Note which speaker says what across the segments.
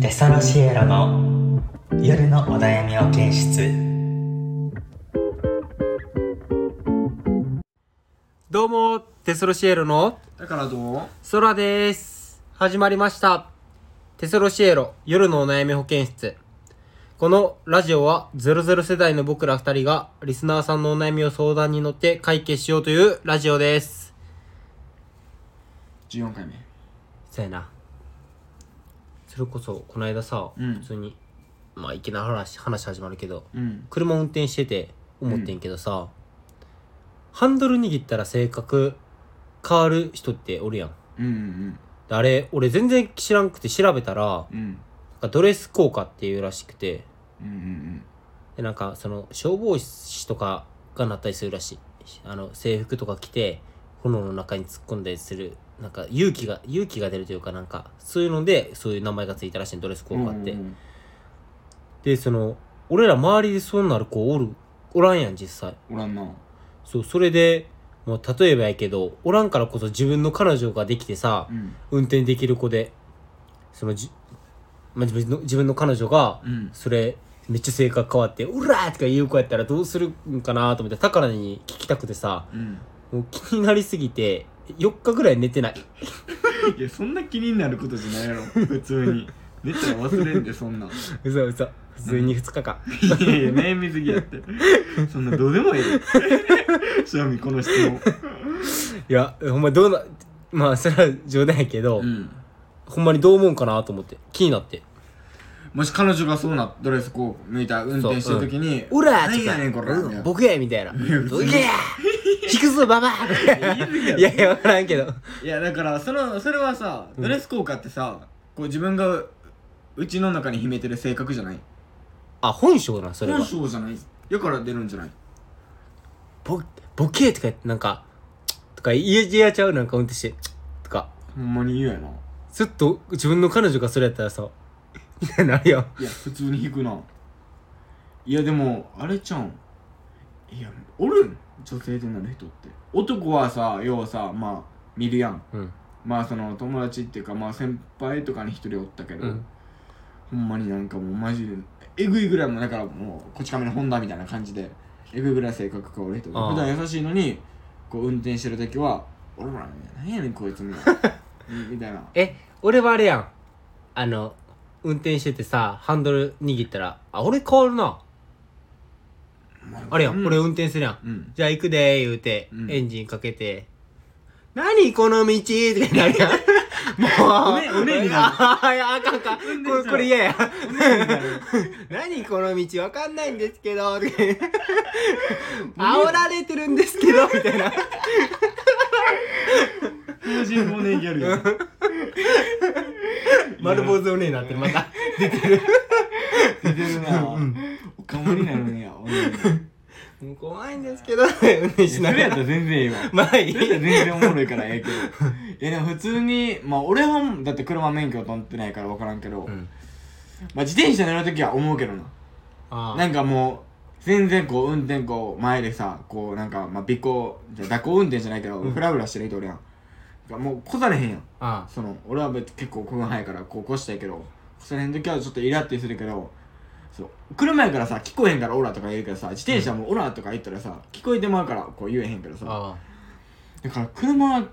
Speaker 1: テソロシエロの夜のお悩みを検出
Speaker 2: どうも、テソロシエロの
Speaker 3: だからどう
Speaker 2: ソラです。始まりました。テソロシエロ夜のお悩み保健室。このラジオは00世代の僕ら二人がリスナーさんのお悩みを相談に乗って解決しようというラジオです。
Speaker 3: ?14 回目。
Speaker 2: そやな。それこそ、この間さ、
Speaker 3: うん
Speaker 2: 普通に、まあ、いきなり話、話始まるけど、
Speaker 3: うん。
Speaker 2: 車運転してて思ってんけどさ、ハンドル握ったら性格変わる人っておるやん。
Speaker 3: うんうん
Speaker 2: であれ、俺全然知らんくて調べたら、
Speaker 3: うん。うん。
Speaker 2: なんかドレス効果っていうらしくて、
Speaker 3: うんうん
Speaker 2: でなんかその消防士とかがなったりするらしい。あの制服とか着て、炎の中に突っ込んだりする、なんか勇気が、勇気が出るというかなんか、そういうので、そういう名前がついたらしいのドレス
Speaker 3: う
Speaker 2: 効
Speaker 3: ん。
Speaker 2: 果って
Speaker 3: うんう。ん
Speaker 2: で、その、俺ら周りでそうなる子おる、おらんやん実際。
Speaker 3: うん。おらんな。
Speaker 2: そう、それで、もう例えばやけど、おらんからこそ自分の彼女ができてさ、
Speaker 3: うん。
Speaker 2: 運転できる子でそのじ、まあ、自分の自分の彼女が
Speaker 3: うん。
Speaker 2: それめっちゃ性格変わって「うらー!」とか言う子やったらどうするんかなと思って宝に聞きたくてさ
Speaker 3: うん。
Speaker 2: もう気になりすぎて4日ぐらい寝てない
Speaker 3: いや、そんな気になることじゃ ないやろ。普通に。寝たら忘れんで、 そんな。
Speaker 2: うそうそ普通に2日間
Speaker 3: いやいや、悩みすぎやって。そんなどうでもいい。 正味この質問。
Speaker 2: いやほんまどうなまあそれは冗談やけど、
Speaker 3: うん。
Speaker 2: ほんまにどう思うんかなと思って気になって
Speaker 3: もし彼女がそうなドレスこう抜いた運転してるときに、
Speaker 2: 「うらー!」
Speaker 3: 何
Speaker 2: とか
Speaker 3: やねん、これ。
Speaker 2: うん僕や」みたいな「
Speaker 3: や普
Speaker 2: ど
Speaker 3: 通に
Speaker 2: けや!」「引くぞババア!」いやいや分からんけど
Speaker 3: いやだからそのそれはさ
Speaker 2: うん
Speaker 3: ドレス効果ってさ、こう自分がううちの中に秘めてる性格じゃない
Speaker 2: あ本性なそれは
Speaker 3: 本性じゃないやから出るんじゃない
Speaker 2: ボボケーとか言ってなんか「とか言え言えちゃうなんか運転して「とか
Speaker 3: ほんまに言うやな
Speaker 2: ずっと自分の彼女がそれやったらさみたいになるよ
Speaker 3: いや普通に引くないやでもあれちゃうんいやおるん女性でなる人って男はさ要はさまあ見るやん
Speaker 2: うん
Speaker 3: まあその友達っていうかまあ先輩とかに一人おったけど、
Speaker 2: うん
Speaker 3: ほんまになんかもうマジでえぐいぐらいもうだからもうこち亀の本だみたいな感じでえぐいぐらい性格変わる人で
Speaker 2: ああ
Speaker 3: 普段優しいのにこう運転してる時は「俺ら何やねんこいつ」みたい なみみたいな
Speaker 2: え俺はあれやんあの運転しててさハンドル握ったら「あ俺変わるなあれやん、
Speaker 3: うん
Speaker 2: 俺運転するやん
Speaker 3: うん
Speaker 2: じゃあ行くで」言うて、
Speaker 3: うん
Speaker 2: エンジンかけて「何この道」とかなるやんもう
Speaker 3: うねうねになる
Speaker 2: あーいやあかんあかんこ
Speaker 3: 運転
Speaker 2: れ
Speaker 3: したら
Speaker 2: これ嫌や
Speaker 3: こんなんになる
Speaker 2: 何この道わかんないんですけ ど煽られてるんですけどみたいな
Speaker 3: 標準語ねギャル やん
Speaker 2: 丸坊主お姉になってるまた
Speaker 3: 出てるなおかまりなのや俺
Speaker 2: もう怖いんですけど 運転し
Speaker 3: そ
Speaker 2: な
Speaker 3: れや
Speaker 2: が
Speaker 3: っ
Speaker 2: ら
Speaker 3: たら全然ええわ
Speaker 2: まあいい
Speaker 3: それやったら全然おもろいからええけどいやでも普通にまあ俺はだって車免許取ってないから分からんけど、
Speaker 2: うん
Speaker 3: まあ自転車乗る時は思うけどな
Speaker 2: あ
Speaker 3: なんかもう全然こう運転こう前でさこうなんかまあ尾行じゃあ蛇行運転じゃないけどフラフラしてる人おるやん、がもうこされへんやん
Speaker 2: あ
Speaker 3: その俺は別に結構この早いからこうこしたいけどこされへん時はちょっとイラってするけどそう車やからさ聞こえへんからオラとか言うけどさ自転車もオラとか言ったらさ聞こえてまうからこう言えへんけどさ
Speaker 2: あ
Speaker 3: だから車な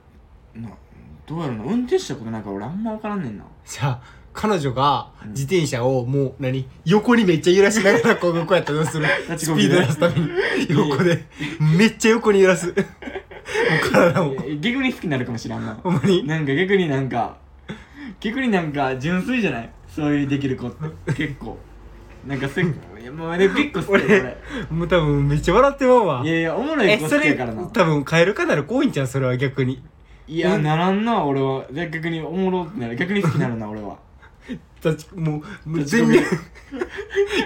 Speaker 3: どうやろな運転したことないから俺あんま分からんねんな
Speaker 2: じゃあ彼女が自転車をもう何横にめっちゃ揺らしながらこうこうやったらどうする
Speaker 3: 立
Speaker 2: ス
Speaker 3: ち
Speaker 2: ピ
Speaker 3: 込
Speaker 2: ー
Speaker 3: み
Speaker 2: ド
Speaker 3: で
Speaker 2: 出すために横でめっちゃ横に揺 らすもう体を
Speaker 3: いや 逆に好きになるかもしれんな
Speaker 2: ほんまに
Speaker 3: なんか逆になんか逆になんか純粋じゃないそういうできる 子って結構なんかせっいやもう俺結構好
Speaker 2: 俺
Speaker 3: き俺
Speaker 2: もう多分めっちゃ笑ってまうわ
Speaker 3: いやいやおもろい
Speaker 2: え
Speaker 3: 子
Speaker 2: そ
Speaker 3: 好き
Speaker 2: れ
Speaker 3: やからな
Speaker 2: 多分変えるかなら多いんちゃうそれは逆に
Speaker 3: いやならんな俺はじゃあ逆におもろってなる逆に好きに なるな俺は
Speaker 2: 立ちもうもう
Speaker 3: 立ち
Speaker 2: 全
Speaker 3: 込み
Speaker 2: 然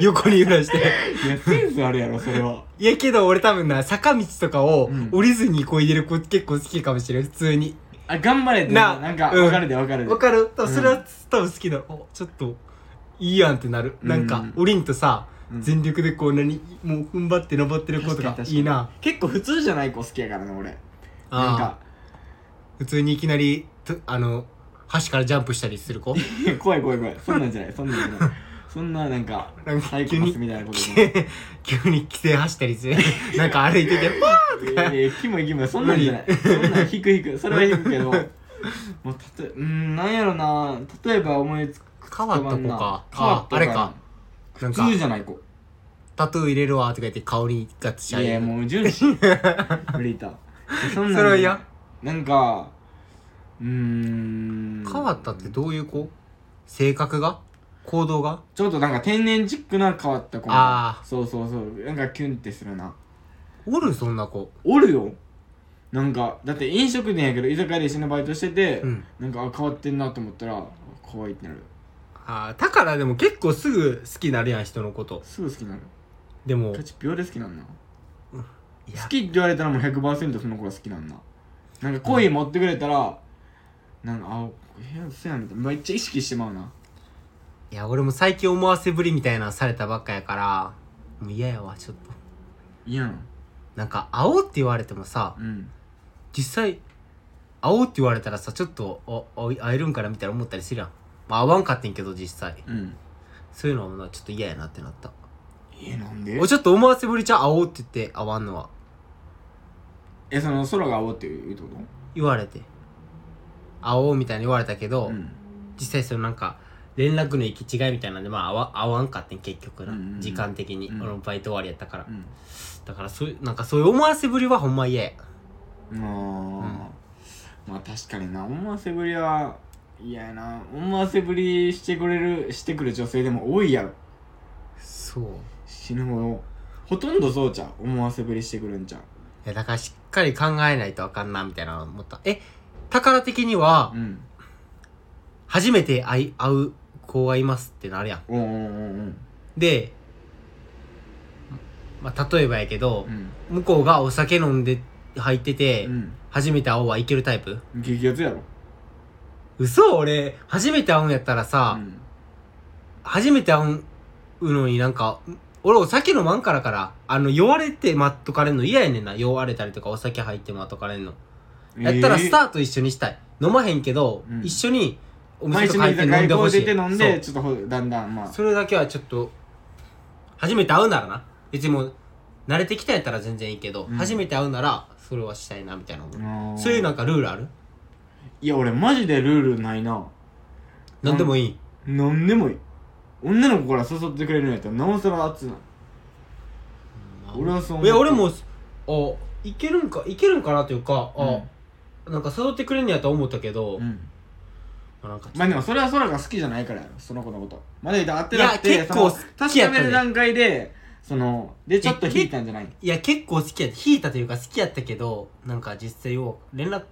Speaker 2: 横に揺らして
Speaker 3: いやセンスあるやろそれはい
Speaker 2: やけど俺多分な坂道とかを
Speaker 3: うん
Speaker 2: 降りずにこう入れる子結構好きかもしれん普通に
Speaker 3: あ頑張れって
Speaker 2: な
Speaker 3: ななんか
Speaker 2: うん
Speaker 3: 分かるで分かるで
Speaker 2: わかる多分
Speaker 3: うん
Speaker 2: それは多分好きだ、おちょっといいやんってなる、
Speaker 3: うん
Speaker 2: なんか降りんとさ、
Speaker 3: うん
Speaker 2: 全力でこう何もう踏ん張って登ってる子と
Speaker 3: 確かに
Speaker 2: か
Speaker 3: 確かに
Speaker 2: いいな
Speaker 3: 結構普通じゃない子好きやからな俺なん
Speaker 2: あ
Speaker 3: か
Speaker 2: あ普通にいきなりとあの橋からジャンプしたりする子
Speaker 3: 怖い怖い怖いそんなんじゃないそんなんじゃないそんななんか
Speaker 2: なんか
Speaker 3: サイコパスみたいなことじゃない
Speaker 2: 急に規制走ったりする なんか歩いて て「わー!」
Speaker 3: いやいやキモいキモいそんなんじゃないそんなん引く引 くそれは引くけどもうたとうーんなんやろな例えば思いつく
Speaker 2: 変わった子か
Speaker 3: 変わ
Speaker 2: あ
Speaker 3: った
Speaker 2: あれかなん
Speaker 3: 普
Speaker 2: か
Speaker 3: 通じゃない子
Speaker 2: タトゥー入れるわとか言って顔にガッチ
Speaker 3: い
Speaker 2: し
Speaker 3: や
Speaker 2: ゃ
Speaker 3: いや
Speaker 2: れ
Speaker 3: もう純子ブリーターそんなんじゃない
Speaker 2: それは嫌
Speaker 3: なんかうーん
Speaker 2: 変わったってどういう子性格が行動が
Speaker 3: ちょっとなんか天然チックな変わった子
Speaker 2: あー
Speaker 3: そうそうそうなんかキュンってするな
Speaker 2: おるそんな子
Speaker 3: おるよなんかだって飲食店やけど居酒屋で一緒のバイトしてて、
Speaker 2: うん
Speaker 3: なんかあ変わってんなと思ったらあ可愛いってなる
Speaker 2: あーだからでも結構すぐ好きになるやん人のこと
Speaker 3: すぐ好きになる
Speaker 2: でも
Speaker 3: ガチ秒で好きなんな
Speaker 2: いや
Speaker 3: 好きって言われたらもう100%その子が好きなんななんか恋持ってくれたら、なんかあ部屋せやんみたいなめっちゃ意識してまうない
Speaker 2: や俺も最近思わせぶりみたいなのされたばっかやからもう嫌やわちょっと
Speaker 3: 嫌なの
Speaker 2: なんか「会おう」って言われてもさ
Speaker 3: うん
Speaker 2: 実際会おうって言われたらさちょっとおお会えるんかなみたいな思ったりするやん、まあ、会わんかってんけど実際
Speaker 3: うん
Speaker 2: そういうのはちょっと嫌やなってなった
Speaker 3: えなんで
Speaker 2: おちょっと思わせぶりちゃう会おうって言って会わんのは
Speaker 3: えその空が青っていうってこ
Speaker 2: 言われて会おうみたいに言われたけど、
Speaker 3: とうん
Speaker 2: 実際そのなんか連絡の行き違いみたいなんでまあ会わ会わんかってん結局な、
Speaker 3: うんうんうん
Speaker 2: 時間的に、
Speaker 3: うん
Speaker 2: 俺もバイト終わりやったから、
Speaker 3: うん
Speaker 2: だからそういうなんかそういう思わせぶりはほんま嫌や
Speaker 3: あーまあ確かにな思わせぶりは嫌やな思わせぶりしてくれるしてくる女性でも多いやろ
Speaker 2: そう
Speaker 3: 死ぬほどほとんどそうちゃう思わせぶりしてくるんちゃ
Speaker 2: いやだからしっかり考えないとあかんなみたいな思ったえ宝的には
Speaker 3: ううん
Speaker 2: 初めて会い会う子がいますってなるやん
Speaker 3: おうんうん
Speaker 2: で、まあ、例えばやけど
Speaker 3: うんう、
Speaker 2: 向
Speaker 3: ん
Speaker 2: こうがお酒飲んで入ってて、
Speaker 3: うん
Speaker 2: 初めて会おうはいけるタイプ
Speaker 3: 激アツやろ
Speaker 2: 嘘俺初めて会うんやったらさ、
Speaker 3: うん
Speaker 2: 初めて会うのになんか、俺お酒飲まんからから、あの、酔われて待っとかれんの嫌やねんな。酔われたりとかお酒入って待っとかれんの。やったらスターと一緒にしたい。飲まへんけど、
Speaker 3: うん
Speaker 2: 一緒にお
Speaker 3: 毎
Speaker 2: 店
Speaker 3: 週
Speaker 2: と
Speaker 3: の
Speaker 2: か
Speaker 3: 居
Speaker 2: 行って飲んで
Speaker 3: 酒屋行こ
Speaker 2: ほ
Speaker 3: う
Speaker 2: し
Speaker 3: 出
Speaker 2: い。
Speaker 3: て飲ん
Speaker 2: そう
Speaker 3: でちょっとほだんだんまあ
Speaker 2: それだけはちょっと、初めて会うならな。別にもう、慣れてきたんやったら全然いいけど、
Speaker 3: うん
Speaker 2: 初めて会うなら、それはしたいな、みたいな思う。
Speaker 3: あー
Speaker 2: そういうなんかルールある
Speaker 3: いや俺マジでルールないな
Speaker 2: なんでもいい。
Speaker 3: なんでもいい女の子から誘ってくれるんやったらなおさら熱ない俺はそう思う
Speaker 2: いや、俺も、あ、いけるんか、いけるんかなというか、あ、
Speaker 3: うん
Speaker 2: なんか誘ってくれんねやとは思ったけど、
Speaker 3: うん
Speaker 2: なんか
Speaker 3: まあでもそれは空が好きじゃないからやろその子のことまだ言うたら会ってなく
Speaker 2: い
Speaker 3: て
Speaker 2: や結構
Speaker 3: その
Speaker 2: 好きやった
Speaker 3: 確か
Speaker 2: で
Speaker 3: める段階でそのでちょっと引いたんじゃない
Speaker 2: いや結構好きや引いたというか好きやったけどなんか実際を連絡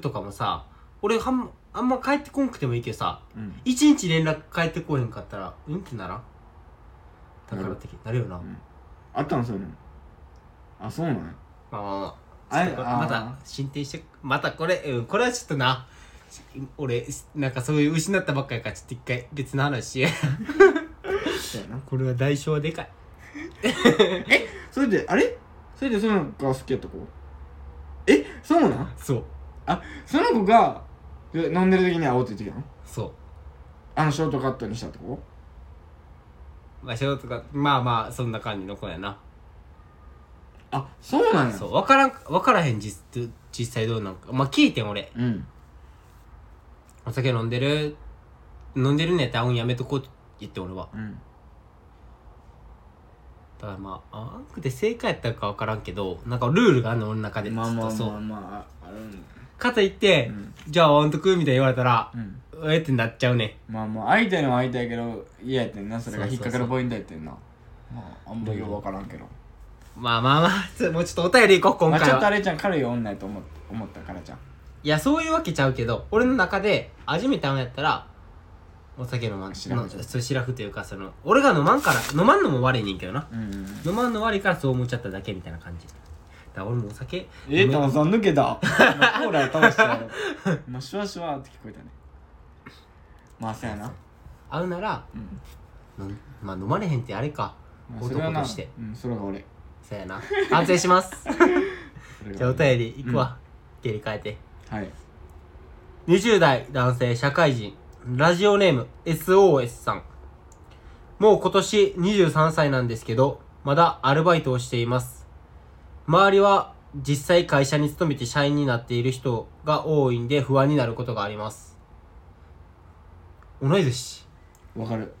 Speaker 2: とかもさ俺はんあんま帰ってこんくてもいいけどさ
Speaker 3: うん
Speaker 2: 一日連絡帰ってこへんかったらうんってならんだからってなるよな、
Speaker 3: んあったのそういうのあそうなんや
Speaker 2: まあまあま
Speaker 3: あ
Speaker 2: あち
Speaker 3: れ
Speaker 2: ょっと
Speaker 3: あー
Speaker 2: また進展してまたこれ、うん、これはちょっとな俺なんかそういう失ったばっかやからちょっと一回別の話しよう
Speaker 3: そうやな
Speaker 2: これは代償はでかい
Speaker 3: それであれそれでその子が好きやった子えそうなん
Speaker 2: そう
Speaker 3: その子がえ飲んでる時に会おうって言ってきたの
Speaker 2: そう
Speaker 3: あのショートカットにしたって子
Speaker 2: まあ仕事がまあまあそんな感じの子やな
Speaker 3: あそうなんや
Speaker 2: そう分からん分からへん実実際どうなんかまあ聞いてん俺
Speaker 3: うん
Speaker 2: お酒飲んでる飲んでるんやったら会うんやめとこうって言って俺は
Speaker 3: うん
Speaker 2: だからまああんくて正解やったか分からんけどなんかルールがあんの俺の中で
Speaker 3: まあまあ
Speaker 2: ずっと
Speaker 3: ま
Speaker 2: そ
Speaker 3: あ
Speaker 2: う
Speaker 3: まあああるん
Speaker 2: かといって、
Speaker 3: うん
Speaker 2: じゃあ会わんとくみたいに言われたら
Speaker 3: う、ん
Speaker 2: えってなっちゃうね
Speaker 3: まあまあ会いたいのは会いたいけど嫌やってんなそれが
Speaker 2: そう
Speaker 3: 引
Speaker 2: そ
Speaker 3: っ
Speaker 2: うそう
Speaker 3: かかるポイントやってんなまああんまよう分からんけど
Speaker 2: まあまあまあつもうちょっとお便りいこう今
Speaker 3: まあ
Speaker 2: 回
Speaker 3: ちょ
Speaker 2: は、
Speaker 3: っとあれちゃん軽い女やと思っ思ったからちゃん
Speaker 2: いやそういうわけちゃうけど俺の中で初めて会うんやったらお酒飲まん
Speaker 3: 白く
Speaker 2: のそう白くというかその俺が飲まんから飲まんのも悪いねんけどな
Speaker 3: うん
Speaker 2: 飲まんの悪いからそう思っちゃっただけみたいな感じだから俺もお酒
Speaker 3: え
Speaker 2: 飲
Speaker 3: ー、
Speaker 2: め
Speaker 3: タモさん抜け た今コーラを倒したよまあシュワシュワって聞こえたねまあそうやな
Speaker 2: 合うなら
Speaker 3: うん
Speaker 2: 飲んまあ飲まれへんってあれか
Speaker 3: まあそれは
Speaker 2: 男
Speaker 3: な
Speaker 2: として
Speaker 3: うんそれが俺
Speaker 2: そやな完成します
Speaker 3: それが俺
Speaker 2: じゃあお便りいくわ、切り替えて
Speaker 3: はい
Speaker 2: 20代男性社会人ラジオネーム SOS さんもう今年23歳なんですけどまだアルバイトをしています周りは実際会社に勤めて社員になっている人が多いんで不安になることがあります同い年
Speaker 3: わかる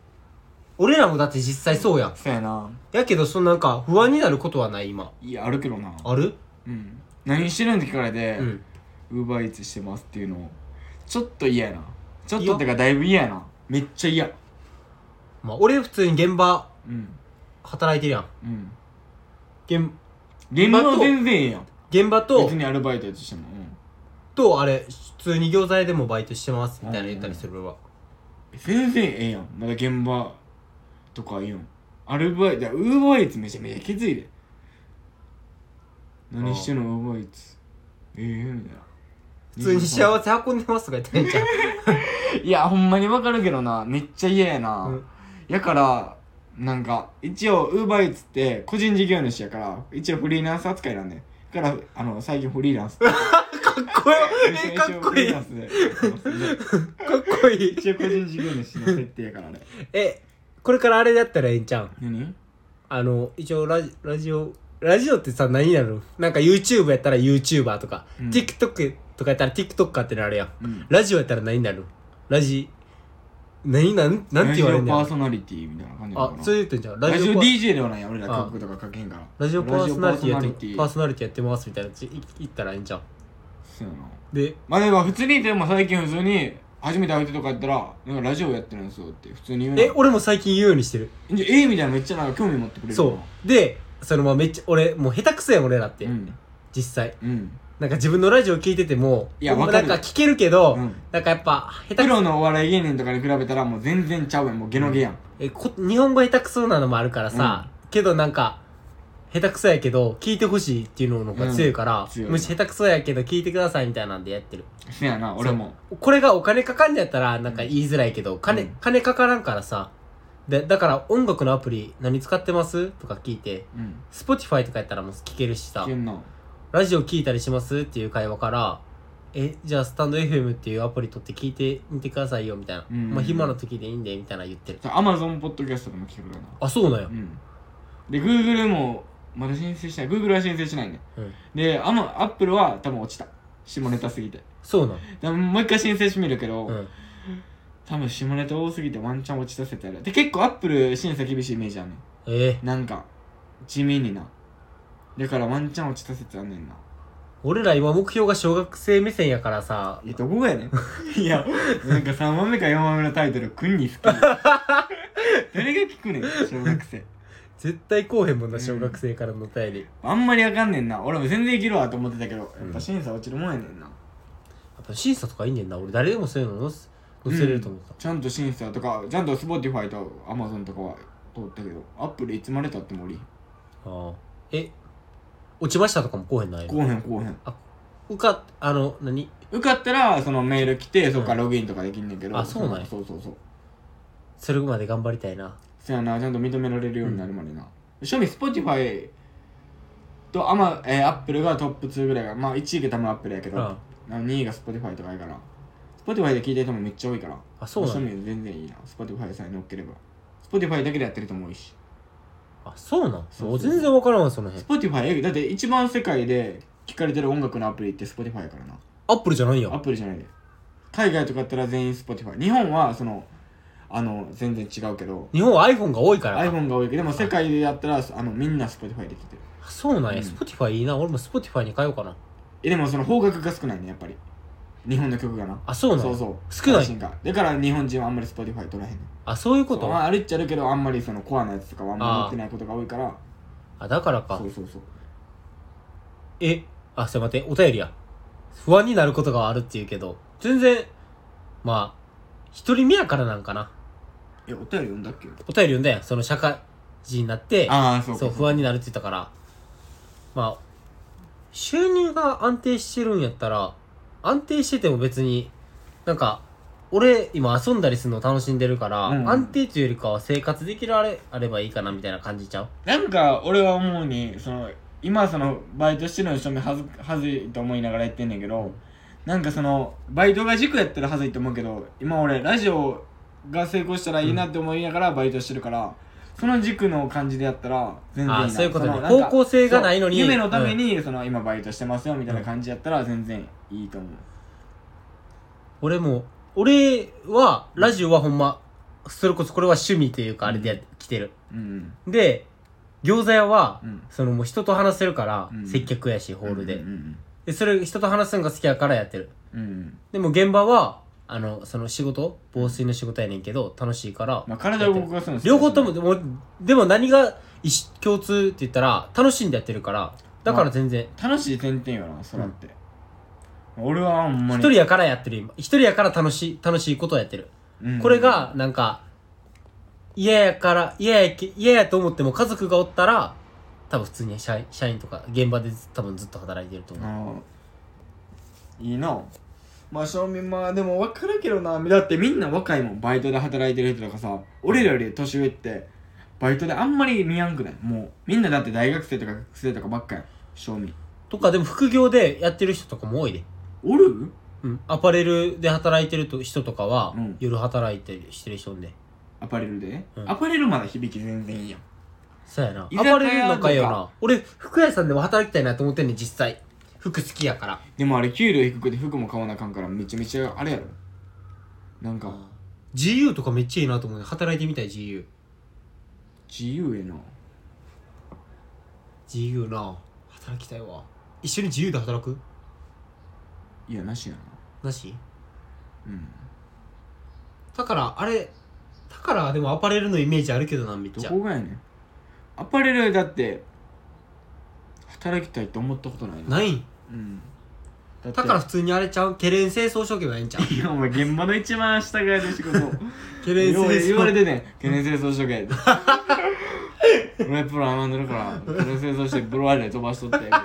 Speaker 2: 俺らもだって実際そうやん
Speaker 3: そうやな
Speaker 2: やけどそのなんか不安になることはない今
Speaker 3: いやあるけどな
Speaker 2: ある
Speaker 3: うん何してるんって聞かれて
Speaker 2: うん
Speaker 3: ウーバーイーツしてますっていうのちょっと嫌やなちょっとってかだいぶ嫌やなめっちゃ嫌
Speaker 2: まあ俺普通に現場
Speaker 3: うん
Speaker 2: 働いてるやん
Speaker 3: うん
Speaker 2: 現
Speaker 3: 現場は全然ええやん
Speaker 2: 現場と
Speaker 3: 別にアルバイトやとしても、うん、
Speaker 2: とあれ普通に餃子屋でもバイトしてますみたいな言ったりする俺は
Speaker 3: 全然ええやんまだ現場とかいいやんアルバイトいやウーバーイーツめちゃめちゃきついで何してんのウーバーイーツええみたいな
Speaker 2: 普通に幸せ運んでますとか言って んじゃん
Speaker 3: いやほんまにわかるけどなめっちゃ嫌やな、
Speaker 2: うん
Speaker 3: やからなんか一応ウーバーイーツって個人事業主やから一応フリーランス扱いなんねだからあの最近フリー ランスかっ
Speaker 2: これかっこいい
Speaker 3: ラ
Speaker 2: か
Speaker 3: ンスで やってますね
Speaker 2: っこいい
Speaker 3: 一応個人事業主の設定やからあれ
Speaker 2: えこれからあれだったらええんちゃうん
Speaker 3: 何
Speaker 2: あの一応ラジラジオラジオってさ何になるのなんか YouTube やったら YouTuber とか、
Speaker 3: うん
Speaker 2: TikTok とかやったら TikToker ってなるやん
Speaker 3: うん
Speaker 2: ラジオやったら何になるのラジ何なんなんて言われんねや
Speaker 3: ラジオパーソナリティみたいな感じなの
Speaker 2: あ
Speaker 3: かな
Speaker 2: そう言ってんじゃん
Speaker 3: ラジオ
Speaker 2: パ
Speaker 3: DJ ではない俺ら
Speaker 2: あ
Speaker 3: 書くとか書けへんから
Speaker 2: ラジオパーソナリティや
Speaker 3: ラ
Speaker 2: っ
Speaker 3: ジオ
Speaker 2: てパーソナリティやってますみたいなやつい言ったらええんじゃん
Speaker 3: そうやな
Speaker 2: で
Speaker 3: まあでも普通にでも最近普通に初めて会う人とかやったら「なんかラジオやってるんですよ」って普通に言うの
Speaker 2: え俺も最近言うようにしてる
Speaker 3: じゃあええみたいなめっちゃなんか興味持ってくれるよな
Speaker 2: そうでそのまあめっちゃ俺もう下手くそやん俺らって、
Speaker 3: うん
Speaker 2: 実際
Speaker 3: うん
Speaker 2: なんか自分のラジオ聞いてても
Speaker 3: いやわか
Speaker 2: な
Speaker 3: る
Speaker 2: んか聞けるけど、
Speaker 3: うん
Speaker 2: なんかやっぱ下手
Speaker 3: プ
Speaker 2: くそ
Speaker 3: ロのお笑い芸人とかに比べたらもう全然ちゃうやんもうゲノゲやん
Speaker 2: えこ日本語下手くそなのもあるからさ、けどなんか下手くそやけど聞いてほしいっていうのの方が強いから、
Speaker 3: 強い
Speaker 2: むしろ下手くそやけど聞いてくださいみたいなんでやってる
Speaker 3: せやな俺も
Speaker 2: これがお金かかんやったらなんか言いづらいけど、金
Speaker 3: うん
Speaker 2: 金かからんからさでだから音楽のアプリ何使ってますとか聞いて
Speaker 3: うん
Speaker 2: Spotify とかやったらもう聞けるしさ
Speaker 3: けんな
Speaker 2: ラジオ聞いたりしますっていう会話から、え、じゃあスタンド FM っていうアプリ取って聞いてみてくださいよみたいな。
Speaker 3: うんうん
Speaker 2: まあ暇な時でいいんでみたいな言ってる。
Speaker 3: アマゾンポッドキャストでも聞けるからな
Speaker 2: あ、そうなんや
Speaker 3: う。んで Google もまだ申請しない Google は申請しないね
Speaker 2: うん。
Speaker 3: であの Apple は多分落ちた下ネタすぎて
Speaker 2: そうなん。
Speaker 3: でももう一回申請してみるけど、
Speaker 2: うん。
Speaker 3: 多分下ネタ多すぎてワンチャン落ちさせてやるで結構アップル審査厳しいイメージあんねん
Speaker 2: ええ
Speaker 3: なんか地味になだからワンチャン落ちさせてあんねんな
Speaker 2: 俺ら今目標が小学生目線やからさ、
Speaker 3: えどこがやねん いやなんか3番目か4番目のタイトル「くん に好き」誰が聞くねん小学生
Speaker 2: 絶対こうへんもんな、
Speaker 3: うん
Speaker 2: 小学生からのお便り。や
Speaker 3: あんまりあかんねんな俺も全然いけるわと思ってたけどや
Speaker 2: ん
Speaker 3: っぱ審査落ちるもんやねんな、
Speaker 2: っぱ審査とかいいねんな。俺誰でもそういうの載せ載せれると思った。
Speaker 3: ちゃんと審査とかちゃんと Spotify と Amazon とかは通ったけどアップルいつまでたってもおり
Speaker 2: ああ。え、落ちましたとかもこうへんない
Speaker 3: こうへんこうへん
Speaker 2: うか、あの、何
Speaker 3: 受かったらそのメール来てそっからログインとかできんねんけど、
Speaker 2: あそうなんや
Speaker 3: そうそうそう
Speaker 2: それまで頑張りたいな。
Speaker 3: そやなちゃんと認められるようになるまでな正味 Spotify とアマ、えー、アップルがトップ2ぐらいがまあ1位が多分アップルやけど、
Speaker 2: あ
Speaker 3: 2位が Spotify とかやから Spotify で聞いてる人もめっちゃ多いから
Speaker 2: あ、そうなんや。
Speaker 3: 正味全然いいな Spotify さえ乗っければ Spotify だけでやってる人も多いし
Speaker 2: あ、そうなん。
Speaker 3: そうそうそう
Speaker 2: もう全然わからんわ、その辺。
Speaker 3: Spotify だって一番世界で聞かれてる音楽のアプリって Spotify やからな
Speaker 2: アップルじゃないん
Speaker 3: アッ
Speaker 2: や。
Speaker 3: プルじゃないで海外とかやったら全員 Spotify 日本はそのあの全然違うけど
Speaker 2: 日本は iPhone が多いからな。
Speaker 3: iPhone が多いけどでも世界でやったらあのみんな Spotify で聞いてる
Speaker 2: あそうなんや。
Speaker 3: うん
Speaker 2: Spotify いいな。俺も Spotify に変えようかな。
Speaker 3: えでもその方角が少ないねやっぱり日本の曲がな
Speaker 2: あ、そうなん
Speaker 3: そ
Speaker 2: や。
Speaker 3: うそう
Speaker 2: 少ない
Speaker 3: 配信がだから日本人はあんまり Spotify 取らへんねん
Speaker 2: あ、そういうこ
Speaker 3: そう
Speaker 2: と
Speaker 3: まああるっちゃあるけどあんまりそのコアなやつとかはあんまり持ってないことが多いから
Speaker 2: あ、だからか
Speaker 3: そ。うそうそう
Speaker 2: え、あ、すいません。お便りや。不安になることがあるって言うけど、全然、まあ、一人目やからなんかな。
Speaker 3: えお便り読んだっけ
Speaker 2: お便り読んだやん。その社会人になって、
Speaker 3: ああそうか
Speaker 2: そう、不安になるって言ったから。まあ、収入が安定してるんやったら、安定してても別に、なんか、俺、今遊んだりするの楽しんでるから、
Speaker 3: うんうん
Speaker 2: 安定というよりかは生活できるあれ、あればいいかなみたいな感じちゃう
Speaker 3: なんか俺は思うにその今そのバイトしてるの正味はずはずいと思いながら言ってんねんけどなんかそのバイトが軸やってるはずいと思うけど今俺ラジオが成功したらいいなって思いながらバイトしてるから、その軸の感じでやったら全然いいな
Speaker 2: あそういうことね
Speaker 3: そのなんか
Speaker 2: 方向性がないのに
Speaker 3: そう夢のために、その今バイトしてますよみたいな感じやったら全然いいと思う、
Speaker 2: 俺も俺はラジオはほんまそれこそこれは趣味というかあれでやってきてる
Speaker 3: うん
Speaker 2: で餃子屋は、
Speaker 3: うん
Speaker 2: そのもう人と話せるから、
Speaker 3: うん
Speaker 2: 接客やしホールで,、
Speaker 3: うん
Speaker 2: でそれ人と話すのが好きやからやってる
Speaker 3: うん、うん
Speaker 2: でも現場はあのその仕事防水の仕事やねんけど楽しいから、
Speaker 3: まあ、体を動かすの好きだしね
Speaker 2: 両方ともでもでも何が一緒共通って言ったら楽しんでやってるからだから全然
Speaker 3: 楽しい点々やなそらって、俺はほんま
Speaker 2: 一
Speaker 3: に
Speaker 2: 人やからやってる今一人やから楽しい楽しいことをやってる、
Speaker 3: うん
Speaker 2: これがなんか嫌やから嫌やけ嫌やと思っても家族がおったら多分普通に社員社員とか現場で多分ずっと働いてると
Speaker 3: あ
Speaker 2: 思う
Speaker 3: のいいなまあ正面まあでも分かるけどなだってみんな若いもんバイトで働いてる人とかさ俺らより年上ってバイトであんまり見やんくないもうみんなだって大学生とか学生とかばっかやん正味
Speaker 2: とかでも副業でやってる人とかも多いで、
Speaker 3: おる
Speaker 2: うん、アパレルで働いてると人とかは、
Speaker 3: うん
Speaker 2: 夜働いてしてる人で
Speaker 3: アパレルで、
Speaker 2: うん
Speaker 3: アパレルまだ響き全然いいやん
Speaker 2: そうやなア
Speaker 3: 居酒屋
Speaker 2: パレルなんかええよ
Speaker 3: と
Speaker 2: な俺服屋さんでも働きたいなと思ってんねん実際服好きやから
Speaker 3: でもあれ給料低くて服も買わなあかんからめちゃめちゃあれやろなんか
Speaker 2: GU とかめっちゃいいなと思うね働いてみたい GUGU
Speaker 3: 自由やな
Speaker 2: な働きたいわ一緒に自由で働く
Speaker 3: いやなしやな
Speaker 2: なし
Speaker 3: うん
Speaker 2: だからあれだからでもアパレルのイメージあるけどなめっ
Speaker 3: ど
Speaker 2: ちゃ
Speaker 3: こがやねんアパレルだって働きたいと思ったことないな
Speaker 2: ないん
Speaker 3: うんだって
Speaker 2: だから普通にあれちゃうケレン清掃しとけばええんちゃう
Speaker 3: いやお前現場の一番下がやる仕事
Speaker 2: ケレン
Speaker 3: よ
Speaker 2: 清
Speaker 3: う言われ
Speaker 2: 掃
Speaker 3: てね懸念清掃しとけ俺プロ甘んでるから懸念清掃してブロワーで飛ばしとってみたいな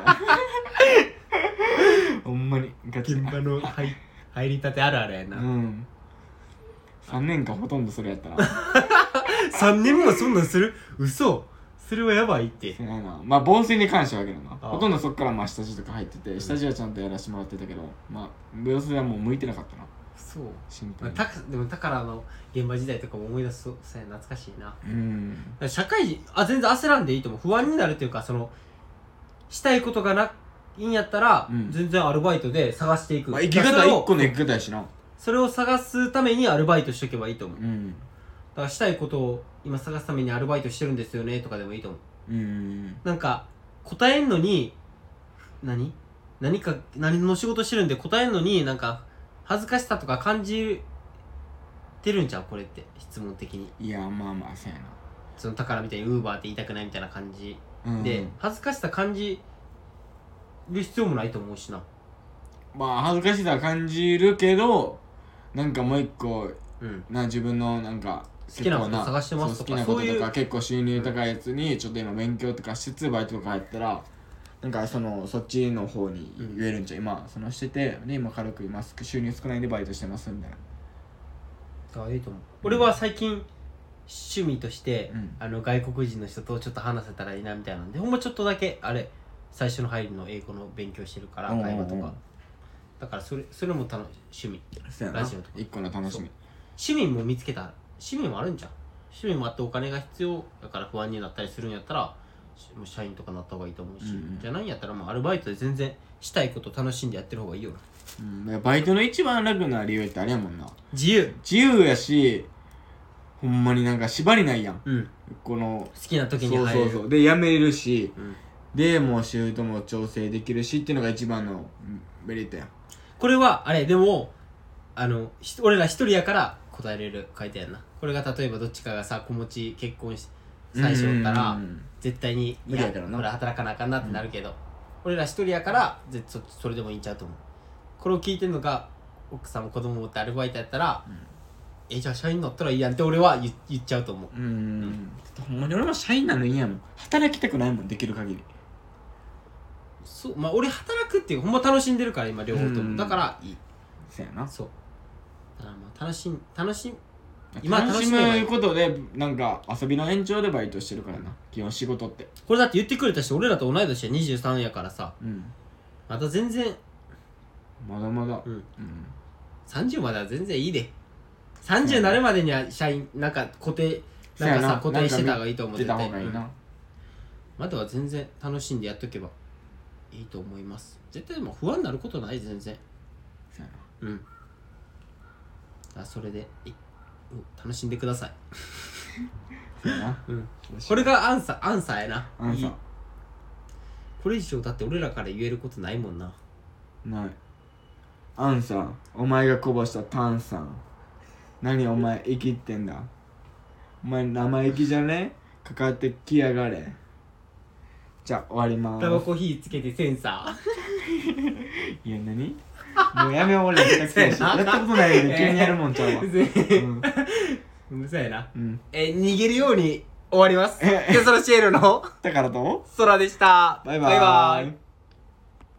Speaker 3: ほんまにガチ
Speaker 2: 現場の 入入りたてあるあるや
Speaker 3: う
Speaker 2: な、
Speaker 3: ん3年間ほとんどそれやったな
Speaker 2: 3年もそんなんする嘘それはやばいって
Speaker 3: せないなまあ防水に関してはやけどな
Speaker 2: ああ
Speaker 3: ほとんどそっからまあ下地とか入ってて下地はちゃんとやらせてもらってたけどまあ防水はもう向いてなかったな
Speaker 2: そう
Speaker 3: シンプ
Speaker 2: まあ
Speaker 3: ルに
Speaker 2: たでもだからの現場時代とかも思い出すとさ懐かしいな
Speaker 3: うん
Speaker 2: 社会人あ全然焦らんでいいと思う不安になるというかそのしたいことがないんやったら、
Speaker 3: うん
Speaker 2: 全然アルバイトで探していく、
Speaker 3: まあ生き
Speaker 2: だから
Speaker 3: 方
Speaker 2: それを
Speaker 3: 一個の生き方やしな
Speaker 2: それを探すためにアルバイトしとけばいいと思うだ
Speaker 3: うん
Speaker 2: からしたいことを今探すためにアルバイトしてるんですよねとかでもいいと思う
Speaker 3: うん
Speaker 2: なんか答えんのに何何か何の仕事してるんで答えんのになんか恥ずかしさとか感じてるんちゃうこれって質問的に
Speaker 3: いやまあまあそうや
Speaker 2: その宝みたいにウーバーって言いたくないみたいな感じ
Speaker 3: なうん
Speaker 2: で、恥ずかしさ感じる必要もないと思うしな
Speaker 3: まあ恥ずかしさは感じるけどなんかもう一個
Speaker 2: うん
Speaker 3: な自分のなんか
Speaker 2: 好きなこと
Speaker 3: 結構
Speaker 2: 探してますとか
Speaker 3: そう好きなこととか
Speaker 2: そういう
Speaker 3: 結構収入高いやつにちょっと今勉強とかしつつバイトとか入ったらなんかそのそっちの方に言えるんちゃう、今そのしててで今軽く今す収入少ないんでバイトしてますみたいな
Speaker 2: だからいいと思う俺は最近趣味として、
Speaker 3: うん
Speaker 2: あの外国人の人とちょっと話せたらいいなみたいなんでほんまちょっとだけあれ最初の入りの英語の勉強してるから
Speaker 3: うんうんうん
Speaker 2: 会話とかだからそれそれも楽し趣味
Speaker 3: そうや
Speaker 2: ラ
Speaker 3: な
Speaker 2: ジオとか
Speaker 3: 一個の楽しみ
Speaker 2: 市民も見つけた市民もあるんじゃん市民もあってお金が必要だから不安になったりするんやったらしもう社員とかなった方がいいと思うし、
Speaker 3: うんうん
Speaker 2: じゃないんやったらもうアルバイトで全然したいこと楽しんでやってる方がいいよな
Speaker 3: うん、だからバイトの一番楽な理由ってあれやもんな
Speaker 2: 自由
Speaker 3: 自由やしほんまになんか縛りないやん
Speaker 2: うん好
Speaker 3: この
Speaker 2: きな時に
Speaker 3: そう
Speaker 2: 入
Speaker 3: そ
Speaker 2: れ
Speaker 3: う
Speaker 2: る
Speaker 3: そうで辞めれるし、
Speaker 2: うん
Speaker 3: でもうシフトも調整できるしっていうのが一番のうんメリットやん
Speaker 2: これはあれでもあのひ俺ら一人やから答えれる書いてやんなこれが例えばどっちかがさ子持ち結婚し最初おったら、
Speaker 3: うんうんうん
Speaker 2: 絶対に
Speaker 3: 無理やからな
Speaker 2: ほら働かなあかんなってなるけど、俺ら一人やからぜそそれでもいいんちゃうと思うこれを聞いてんのが奥さんも子供もおってアルバイトやったら、えじゃあ社員乗ったらいいやんって俺は言言っちゃうと思う
Speaker 3: うん、ほんまに俺も社員なのいいやもん働きたくないもんできる限り
Speaker 2: そうまあ俺働くっていうほんま楽しんでるから今両方とも、
Speaker 3: うん
Speaker 2: だからいい
Speaker 3: そやな
Speaker 2: そうだからまあ楽しん楽しん今
Speaker 3: 楽し
Speaker 2: 楽しめ
Speaker 3: む
Speaker 2: ば
Speaker 3: ことでなんか遊びの延長でバイトしてるからな基本仕事って
Speaker 2: これだって言ってくれた人俺らと同い年や23やからさ
Speaker 3: うん
Speaker 2: また全然
Speaker 3: まだまだ
Speaker 2: うん
Speaker 3: うん
Speaker 2: 30までは全然いいで30なるまでには社員なんか固定
Speaker 3: そう
Speaker 2: な
Speaker 3: や
Speaker 2: んか
Speaker 3: な
Speaker 2: さ固定してた方がいいと思う
Speaker 3: 出た
Speaker 2: 絶
Speaker 3: 方が
Speaker 2: 対
Speaker 3: いいな
Speaker 2: まだは全然楽しんでやっとけばいいと思います絶対でもう不安になることない全然
Speaker 3: そうやな
Speaker 2: うんあそれでいうん楽しんでください
Speaker 3: そうやな
Speaker 2: うん
Speaker 3: よし
Speaker 2: これがアンサーアンサーやな
Speaker 3: あの
Speaker 2: いい
Speaker 3: さ
Speaker 2: これ以上だって俺らから言えることないもんな
Speaker 3: ないアンさんお前がこぼした炭酸何お前生きってんだお前生意気じゃねかかってきやがれじゃあ終わりま
Speaker 2: タバ
Speaker 3: ー
Speaker 2: コ火つけてセンサ
Speaker 3: すいや何もうやめよう俺下手くそやし
Speaker 2: せや
Speaker 3: や
Speaker 2: な
Speaker 3: ったことないよね
Speaker 2: えー
Speaker 3: 急にやるもんちゃうわ
Speaker 2: ー う
Speaker 3: うん
Speaker 2: るさいな
Speaker 3: うん
Speaker 2: え逃げるように終わります
Speaker 3: え
Speaker 2: テソロシエルの
Speaker 3: だからどう
Speaker 2: 空でした
Speaker 3: バイバーイ
Speaker 2: バイバーイ